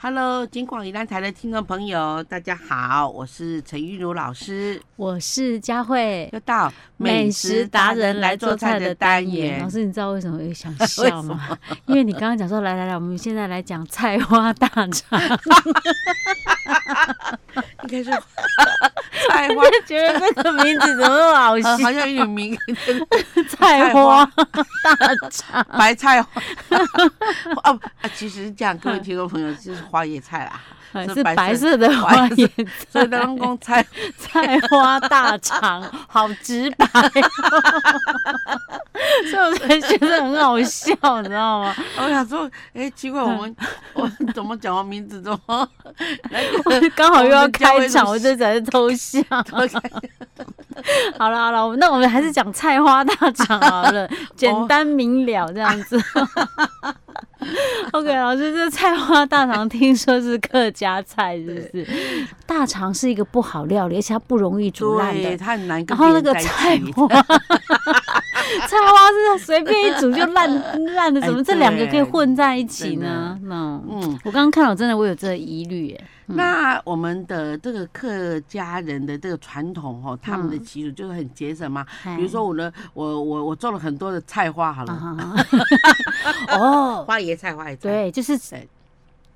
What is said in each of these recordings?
Hello，金广宜兰台的听众朋友，大家好，我是陈玉茹老师，我是佳慧，又到老师，你知 道为什么会想笑吗？因为你刚刚讲说，来来来，我们现在来讲菜花大肠，应该是 菜花我，就觉得这个名字怎么那么好呃笑？好像有点名 菜花大肠，白菜花。 哦啊，其实是这样，各位听众朋 友，就是花椰菜啦，是白色的花花 椰椰所以菜，当公 菜菜花大肠，好直白、哦 所以我才觉得很好笑，你知道吗？我想说，哎、奇怪，我 们我们怎么讲完名字之 后，那个我刚好又要开场，我我们就就在偷笑。 都开好了好了，那我们还是讲菜花大肠好 了，简哦单明了这样子。OK，老师，这菜花大肠听说是客家菜，是不是？大肠是一个不好料理，而且它不容易煮烂对，的。他很难跟别 然后那人个在一菜起。花，菜花是随便一煮就烂 烂的，怎哎么这两个对可以混在一起真的呢？嗯，嗯，我刚刚看了，真的我有这个疑虑耶。那我们的这个客家人的这个传统哦，他们嗯的习俗就是很节省嘛。比如说我呢，我我我种了很多的菜花，好哎，了，啊 哦，花椰菜、花椰菜，对，就是对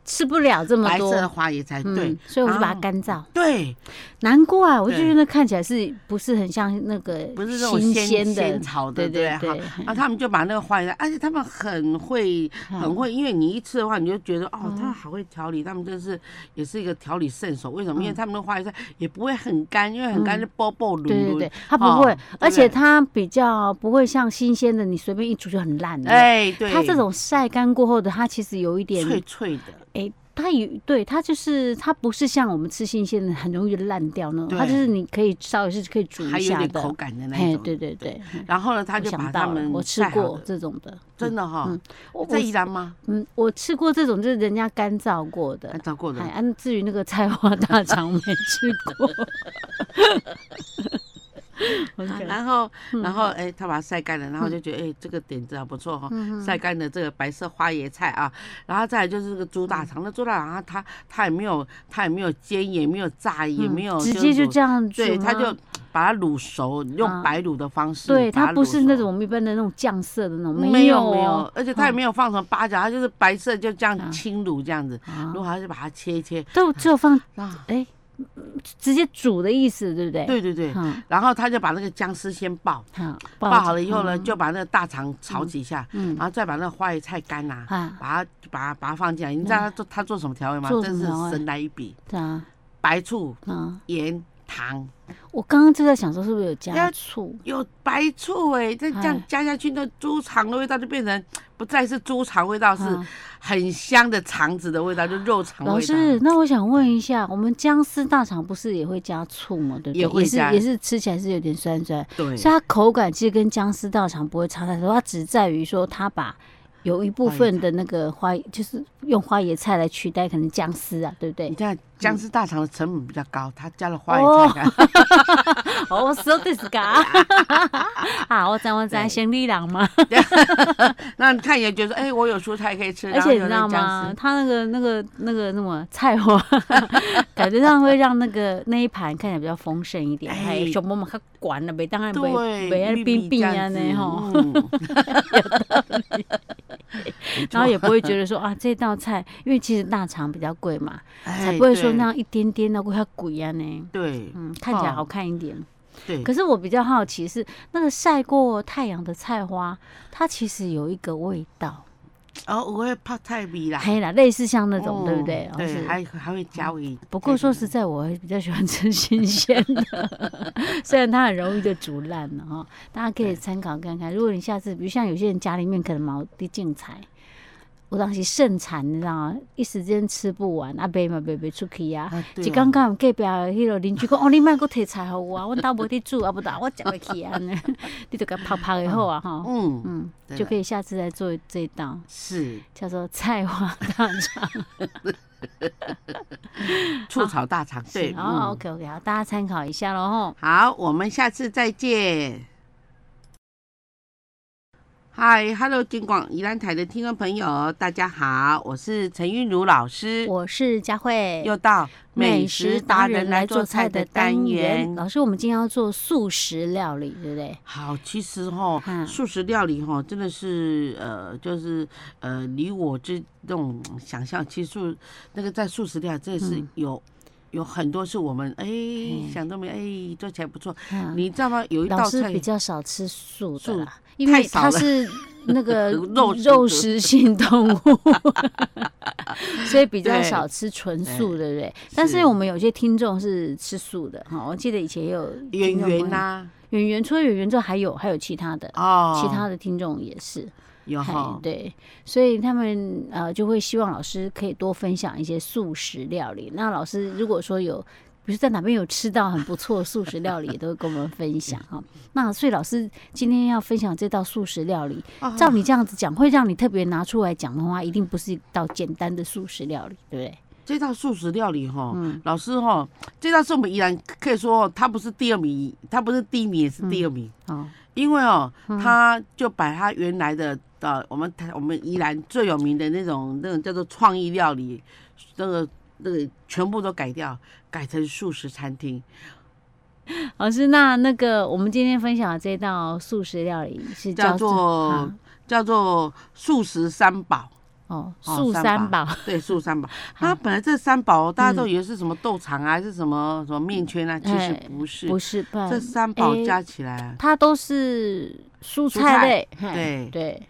吃不了这么白色多，的花椰菜，对嗯，所以我就把然它后干燥。对，难怪我就对觉得看起来是不是很像那个不是那种新鲜鲜的鲜炒的对对嗯对对，然后他们就把那个花椰菜，而且他们很会很嗯会，因为你一吃的话，你就觉得哦，他好会调理，他们真是也是一个调理圣手。为嗯什么？因为他们的花椰菜也不会很干，因为很干就波波噜对对噜对。，它不会哦，而对且它比较不会像新鲜的，你随便一煮就很烂了。哎，对，它这种晒干过后的，它其实有一点，脆脆的，哎，它有对它就是它不是像我们吃新鲜的很容易烂掉那种，它对就是你可以稍微是可以煮还一有下点口的。感的那哎，种。对对对，嗯然后呢，他我就把想他到了们，我吃晒好过的，这种的，真的哈嗯，我在我宜兰吗？嗯，我吃过这种，就是人家干燥过的还。找过的哎，。啊那至于那个菜花大肠没吃 过。啊 OK，嗯然后，然后，哎，他把它晒干了，然后就觉得，哎，这个点子还不错哈。嗯晒干的这个白色花椰菜啊，然后再来就是这个猪嗯大肠，那猪大肠啊它它它也没有它也没有煎，也没有炸，也没有嗯直接就卤这样煮对，吗他就把它卤熟，用啊白卤的方式。对，它它不是卤那熟种我们一般的那种酱色的那种，没有没哦有，，而且它也没有放什么八角，它就是白色就这样啊轻卤这样子，啊卤好就把它切一切都只有放啊，哎，直接煮的意思，对不对？对对对，嗯，然后他就把那个姜丝先爆，好，爆爆好了以啊后呢，嗯就把那个大肠炒几下，嗯然后再把那个花椰菜干呐，啊把它把它把它放进来。你知道他做他做什么调味吗？嗯做什真么是调味神来一笔，对啊白醋、啊！盐、糖，我刚刚就在想说是不是有要加醋？有白醋哎，再这样哎加下去，那猪肠的味道就变成不再是猪肠味道，是啊很香的肠子的味道，就肉肠老味道。师，那我想问一下，我们姜丝大肠不是也会加醋吗？对不对？也会加也是也是吃起来是有点酸酸，对，所以它口感其实跟姜丝大肠不会差太多，它只在于说它把有一部分的那个花，就是用花椰菜来取代可能姜丝啊，对不 对你？看姜丝大肠的成本比较高，他加了花椰菜干，哦，说的是噶， 啊，我知我知，对行李郎嘛。那你看也觉得哎，我有蔬菜可以吃，而然后且你有知那道姜吗丝？，它那个那个那个什么菜花， 感觉上会让那个那一盘看起来比较丰盛一点，哎还有小妈妈较管了，袂当然对，袂袂冰冰啊呢呢吼，嗯然后也不会觉得说啊这道菜，因为其实大肠比较贵嘛，哎 才不会说对那样一点点那会较贵啊呢。对嗯，看起来哦好看一点。对，可是我比较好奇是那个晒过太阳的菜花，它其实有一个味道，然哦后我会泡菜米啦，黑啦，类似像那种，嗯对不对？哦啊对，是哦还还会加味。不过说嗯实在，我还比较喜欢吃 新鲜的， 虽然它很容易就煮烂了哈。大家可以参考看看。如果你下次，比如像有些人家里面可能毛地净菜，有当时盛产，你知道吗？一时间吃不完，啊，买嘛买袂出去啊。啊，对一哦刚刚隔壁迄个邻居讲，哦，你莫阁摕菜互我啊，阮兜无伫煮，啊不打，我食袂起安尼， 你就甲拍拍的好啊吼，嗯，嗯，对就了可以下次再做这一道。是叫做菜花 大肠，醋炒大肠，对，啊哦嗯， ，OK OK，好，大家参考一下喽吼。好，我们下次再见。嗨，Hello，金广宜兰台的听众朋友，大家好，我是陈韵如老师，我是佳慧，又到美食达人来做菜的单元。老师，我们今天要做素食料理，对不对？好，其实哈嗯，素食料理哈，真的是呃，就是呃，离我这那种想象，其实素那个在素食料理真的是嗯有、有很多是我们哎、嘿想都没哎做起来不错，嗯你知道吗？有一老道师菜比较少吃素的素啦，因为太少它了是那个 肉食肉的食性动 物，所以比较少吃纯素，对对不对？但是是我们有些听众是吃素的哈，我记得以前也有圆听众圆朋友，呐、圆圆除了圆圆之后，还有还有其他的。哦，其他的听众也是，有嘿啊哈，对，所以他们呃就会希望老师可以多分享一些素食料理。那老师如果说有，比如在哪边有吃到很不错的素食料理，也都会跟我们分享哈、那所以老师今天要分享这道素食料理，哦照你这样子讲，会让你特别拿出来讲的话，一定不是一道简单的素食料理，对不对？这道素食料理哈，嗯老师哈，这道是我们依然可以说哦它不是第二名，它不是第一名，也是第二名，哦，因为哦，它就把它原来的呃，我们台我们宜兰最有名的那种那种叫做创意料理，那个那个全部都改掉，改成素食餐厅。老师，那那个我们今天分享的这道素食料理是叫做啊叫做素食三宝，哦哦素三三宝宝，对，素三宝。它本来这三宝大家都以为是什么豆肠啊，还是什么什么面圈啊，其实哎不是， 不是不然这三宝哎加起来，它都是蔬蔬菜菜类，嘿对对，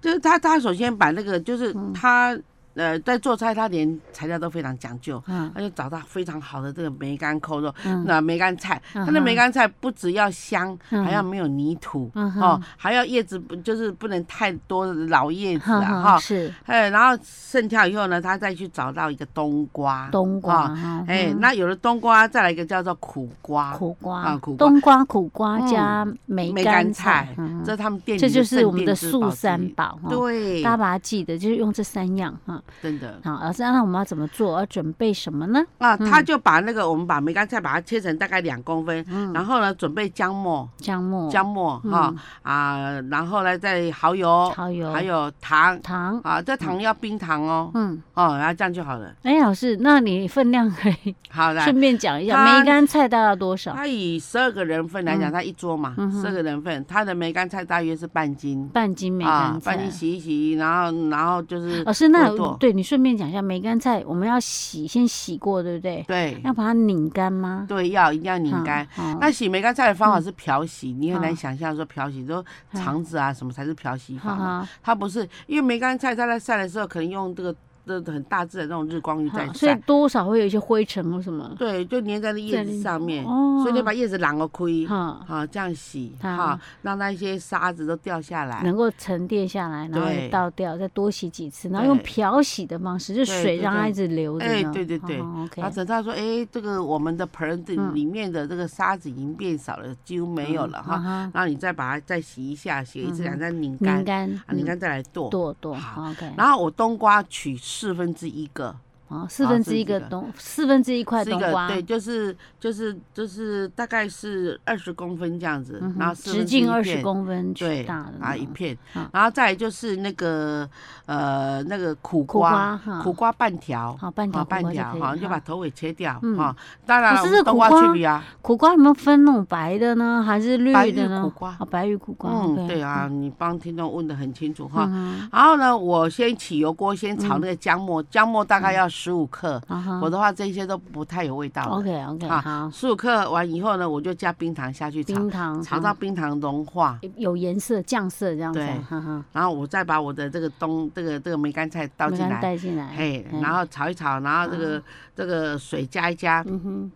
就是他他首先把那个就是他呃在做菜，他连材料都非常讲究，嗯他就找到非常好的这个梅干扣肉，嗯那梅干菜，嗯它的梅哼干菜不只要香，嗯还要没有泥土嗯哼哦，还要叶子不就是不能太多的老叶子哈啊哈哈。是哎，然后剩下以后呢，他再去找到一个冬瓜，冬瓜哦，哈哎，嗯那有了冬瓜，再来一个叫做苦瓜，苦瓜啊苦瓜嗯冬瓜苦瓜加梅梅干干菜菜，嗯这是他们店里这就的是镇我们店的之素宝之三一，宝哈。对大，嗯家把它记得，就是用这三样哈。真的。好，老师，那我们要怎么做？要准备什么呢？啊，他就把那个我们把梅干菜把它切成大概两公分，嗯然后呢准备姜末、姜末、姜末哈啊，然后呢再蚝油，嗯蚝油、还有糖糖。啊，这糖要冰糖哦，嗯，哦，然后这样就好了。哎，老师，那你分量可以好来，顺便讲一下，它梅干菜大概要多少？他以十二个人份来嗯讲，他一桌嘛，十二个人份，他的梅干菜大约是半斤半斤梅干菜，啊半哦斤洗一洗，然后然后就是老师，那多剁对你顺便讲一下，梅干菜我们要洗，先洗过，对不对？对要把它拧干吗？对要一定要嗯拧干。嗯。那洗梅干菜的方法是漂洗，你很嗯难想象说漂洗，都肠子啊什么才是漂洗法好嘛。好，它不是，因为梅干菜它在晒的时候，可能用这个这很大致的那种日光浴在好所以晒，多少会有一些灰尘或什么。对，就粘在那叶子上面，哦所以你把叶子啷个亏，哈，好这样洗，好哈，让那些沙子都掉下来，能够沉淀下来，然后对倒掉，再多洗几次，然后用对漂洗的方式，就对对水让它对一直流着哎呢。对对对哦，OK 然后。等到说，哎，这个我们的盆子嗯里面的这个沙子已经变少了，几乎没有了嗯哈，哈，然后你再把它再洗一下，洗一次，嗯哼两再拧拧干，干，啊，拧嗯干再来剁。剁剁好，OK。然后我冬瓜取四分之一个，哦，四好分四之一分之个一个冬，四分之一块是冬一个瓜，对，就是就是就是大概是二十公分这样子，嗯哼然后四直分之径一二十片公分对去大的啊那一种，片嗯，然后再来就是那个呃那个苦苦瓜瓜，哈，苦瓜半条。好半条啊，苦瓜半就条可以哈，了你就把头尾切掉嗯哈。当然可了，是我们冬这苦瓜瓜去皮啊，苦瓜有没有分那种白的呢，还是绿白玉的呢？苦瓜哦，白玉苦瓜。嗯， OK 对啊，，你帮听众问的很清楚哈。嗯然后呢，我先起油锅，先炒那个姜末，姜末大嗯概要十五克，哼，我的话这些都不太有味道了。 OK OK 啊啊好，十五克完以后呢，我就加冰糖下去炒，冰糖炒到嗯冰糖融化，有颜色、酱色这样子，啊对哈哈，然后我再把我的这个冬这个这个梅干菜倒把进它来，带进来，嘿，嗯然后炒一炒，然后这个这个水加一加，嗯哼，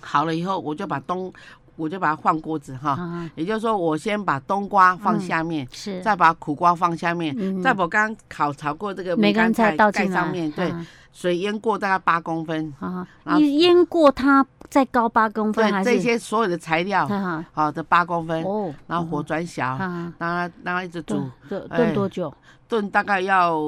好了以后我就把冬我就把它换锅子哈，啊也就是说我先把冬瓜放下面，嗯是，再把苦瓜放下面，嗯哼再把我刚烤炒过这个梅梅干干菜菜倒盖进上来，面，对，啊水淹过大概八公分，啊然，后你腌过它再高八公分还对，这是？些所有的材料哈哈，好的八公分，哦，嗯然后火转小哈。哈，让它让它一直煮炖炖哎炖多久？炖，大概要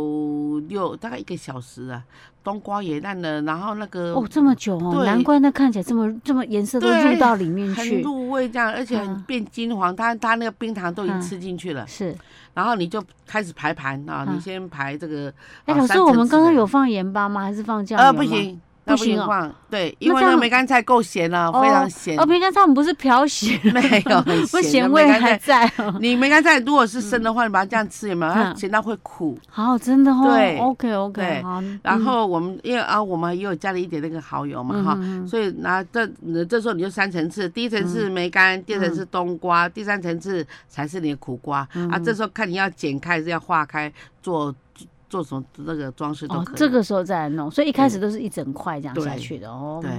六大概一个小时啊。冬瓜也烂了，然后那个哦，这么久哦，对难怪那看起来这么这么颜色都入对到里面很去，入味这样，而且很嗯变金黄，它它那个冰糖都已经嗯吃进去了。是，然后你就开始排盘啊，你先排这个。嗯哎，啊老三师，我层们次刚刚的有放盐巴吗？还是放酱油呃，吗？不行，那不行哦放对，因那为这那个样梅干菜够咸了，哦，非常咸哦，，平常菜我们不是漂咸，没有很不咸的咸梅味干还菜。在哦。你梅干菜如果是生的话，你把它这样吃有没有？它嗯咸到会苦。 好，真的哦。对 OK OK，对好。嗯然后我们因为啊，我们也有加了一点那个蚝油嗯嘛哈，哈，所以拿这呃这时候你就三层次，第一层嗯次梅干，第二层次冬瓜，第三层次才是你的苦瓜啊。嗯这时候看你要剪开还是要化开做做什么那个装饰都哦可，以。这个时候再来弄，所以一开始都是一整块这样下对去的哦。对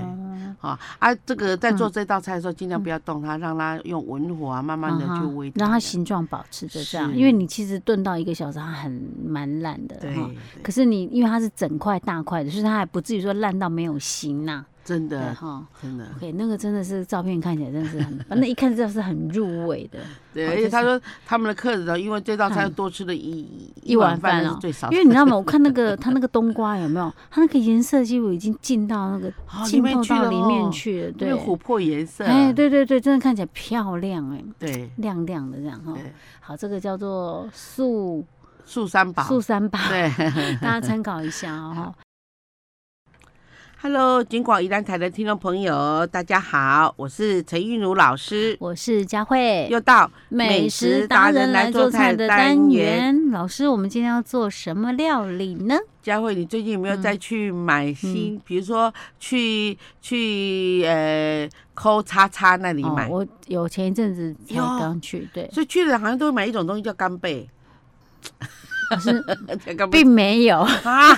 啊啊，这个嗯在做这道菜的时候，尽量不要动它，让它用文火啊，慢慢的啊去哈煨它。嗯让它形状保持着这样，是因为你其实炖到一个小时，它很蛮烂的对，哈。对可是你因为它是整块大块的，所以它还不至于说烂到没有形呐、真对的哈。真的 OK，那个真的是照片看起来真的是很，那一看就是很入味的，对，好而就且他是说他们的客人呢，因为这道菜嗯多吃了一一碗饭那哦是最少因的，为你知道吗？我看那个它那个冬瓜有没有，它那个颜色几乎已经进到那个哦里浸面透去到了里面哦去了，因为对，琥珀颜色，啊哎，对对对，真的看起来漂亮哎，对亮亮的这样哈。对，好，这个叫做素素三宝，素三 宝，对。大家参考一下哦。 Hello，金广宜兰台的听众朋友，大家好，我是陈玉茹老师，我是佳慧，又到美食达人来做菜的单元。老师，我们今天要做什么料理呢？佳慧，你最近有没有嗯再去买新？比如说去去呃抠叉叉那里哦买，我有前一阵子才有刚去，对，所以去了好像都会买一种东西叫干贝，可是 叫干贝并没有。啊！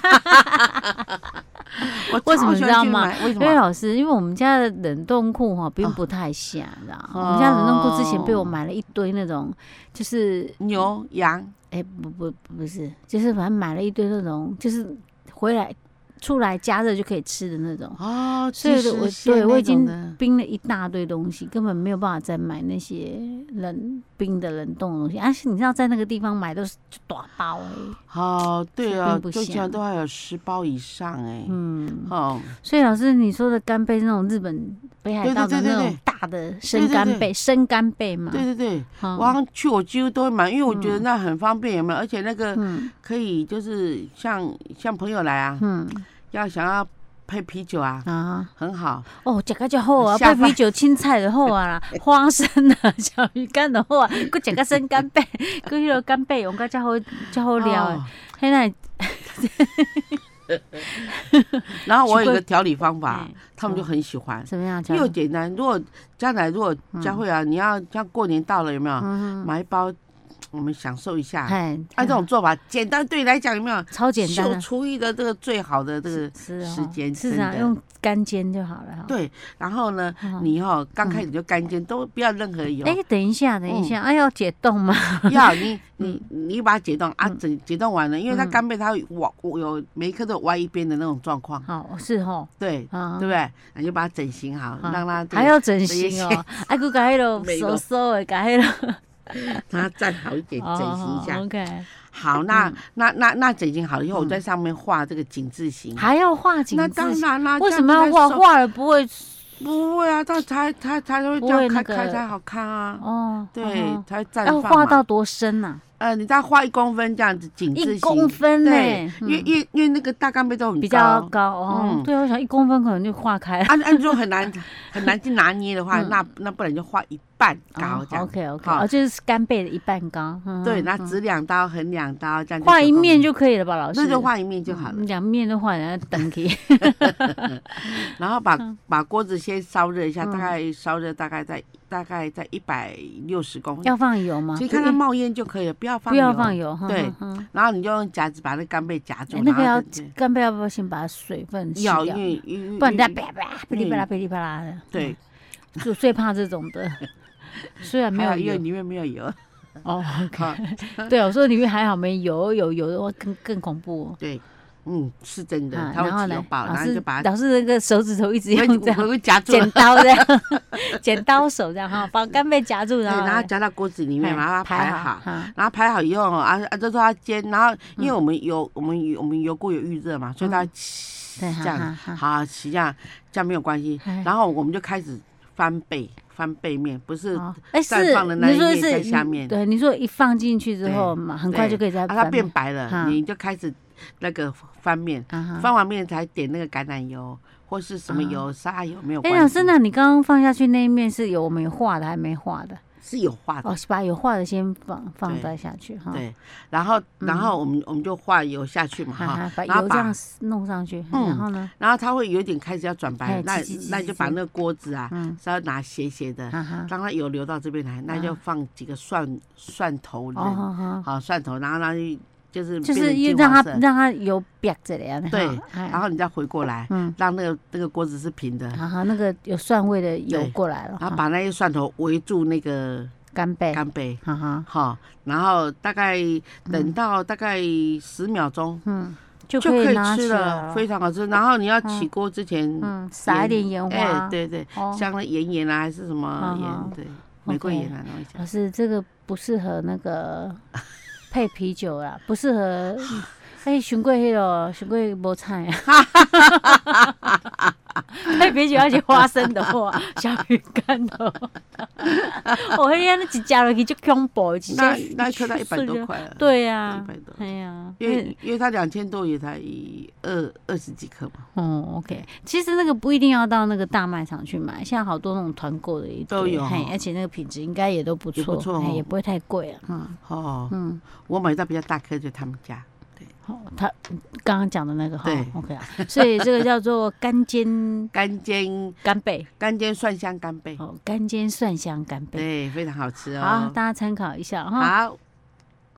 我为什么超喜欢你知道去吗买？为什因为么？老师，因为我们家的冷冻库啊哈并不太下，你知道吗哦我们家冷冻库之前被我买了一堆那种，就是牛羊哎、不不不是，就是反正买了一堆那种，就是回来出来加热就可以吃的那种，哦，所以即食我鲜对我那已经种的冰了一大堆东西，根本没有办法再买那些冷冰的冷冻的东西。而、且你知道，在那个地方买都是就大包哎、哦，对随哦便不，最起码想都还有十包以上哎。嗯，哦，所以老师你说的干贝是那种日本北海对对道对的对那种对大的生对对干对贝，生干贝嘛，对对对，嗯我好像去我几乎都会买，因为我觉得那很方便，有没有？而且那个嗯可以就是像像朋友来啊，嗯要想要配啤酒啊，啊。很好。哦，食个就好 啊，下配饭啤酒、青菜就好 啊啦，花生啊、小鱼干就好啊，佮食个生干贝， 佮迄落干贝用个才好，才好料诶哦。迄那然后我有一去过嗯个调理方法哎，他们就很喜欢，怎么样讲？又简单。如果将来如果佳慧啊，你要像过年到了有没有？嗯哎买一包，我们享受一下。嗨，啊按这种做法，简单对你来讲有没有？超简单秀的，厨艺的这个最好的这个是哦时间是真啊，的用干煎就好了哈。对，然后呢，哦你哈刚开始就干煎，都不要任何油，哎，等一下，等一嗯下，哎，要解冻吗？ 要你嗯你你把它解冻啊，整解冻完了，因为它干贝它会往有每一颗都有歪一边的那种状况，好，是哦，对啊对不，对？你就把它整形好，啊让它这还个要整形这哦，还佮甲迄 落美收国收诶，甲迄落让它站好一点，整形一下。 OK，好，嗯那那那那整形好了以后，我在上面画这个紧致型。还要画紧嗯那致当然啦，为这样什么子在要画？手画了不会不会啊，它才它它会这不会样那开个开才好看啊。哦，对哦，它会绽要放画嘛。到多深呐、呃，你再画一公分这样子紧致型，一公分呢、对，因为嗯因为因为那个大干贝都很比较高高哦。嗯对，我想一公分可能就画开了。按按说很难很难去拿捏的话，那那不然就画一半啊高这样。 OK OK，好嗯哦，就是干贝的一半高。嗯对，嗯那指两刀，横两刀这样。画一面，就可以了吧，老师？那就画一面就好了。嗯两面都画，然后 等可以。嗯然后把把锅子先烧热一下，大概烧热大概在大概在一百六十公分，要放油吗？其实看它冒烟就可以了，不要放不要放油。油。对嗯，嗯嗯然后你就用夹子把那干贝夹哎住，那个然要后就干贝要不要先把水分吸要掉因？为因为不然人家因为嗯啪啪噼里啪啦噼里啪啦的。对，嗯，就最怕这种 的。虽然没没有有因为油里面没有 油。哦，OK 好。 对，我说里面还好没油，有油的话更更恐怖、哦。对，嗯，是真的，啊它然后会起呢油爆，老然后师就把它老师那个手指头一直我用这会我 样会夹住了，剪刀这 样，剪刀手这样哈，把干贝夹住，对，然后然后夹到锅子里面，哎然后把它排好嗯好。哈。然后排好以后，啊啊，就说它煎，然后因为我们油，我们油我们油锅有预热嘛，所以它起嗯对哈这样，哈哈好起这样，这样没有关系哎。然后我们就开始翻背翻背面，不是哦哎是，绽放的那你一说面在是下嗯面对，你说一放进去之后嘛，很快就可以再啊，翻它变嘛白哈了，你就开始那个翻面，啊哈。翻完面才点那个橄榄油或是什么油，沙拉油没有哎，关老系师，，那你刚刚放下去那一面是有我们有画的，还没画的是有化的。哦，是哦把有画的先放放啊对在下去哈。对，然后然后我们我们就化油下去嘛嗯啊哈哈哈，，把然后油这样弄上去，然嗯后呢，然后它会有点开始要转白哎了，那叽叽叽那叽你就把叽那个锅子啊嗯稍微拿斜斜的，啊哈哈，让它油流到这边来，那就放几个蒜蒜头哦仁，哈哈，好蒜头，然后让它就是就变成是因为金让黄它色让它油瘪着的呀， 对哈，哎然后你再回过来，嗯，哦啊让那个那个锅子是平的，哈哈，那个有蒜味的油嗯对过来了，然后哈把那些蒜头围住那个干贝，干贝，哈哈，好，然后大概等到大概十秒钟嗯，就就可可以以拿吃起来了，了，非常好吃。然后你要起锅之前，嗯，撒一点盐花，哎，，对对，哦，像那盐盐啊还是什么嗯哼盐，对，玫瑰盐啊，那种老师，这个不适合 那个配啤酒啦，不适合。哎，熊贵黑咯，熊贵无菜啊！配啤酒要是花生的话，小鱼干的话， 我黑呀，那一加落去就恐怖，一那下那一颗它一百瞬多间。块了，对呀一百，多哎呀，因为因为它两千多也才一二二十几颗嘛，哦，OK，其实那个不一定要到那个大卖场去买，现在好多那种团购的一都堆有嘿哦而且那个品质应该也都不也错，不错嘿哦也不会太贵啊，嗯哦，嗯。我买到比较大颗就他们家，好，他刚刚讲的那个哈对，OK 啊，所以这个叫做干煎干煎干 贝，哦干煎蒜香干贝，哦，干煎蒜香干贝，对，非常好吃好，哦。大家参考一下哈。好，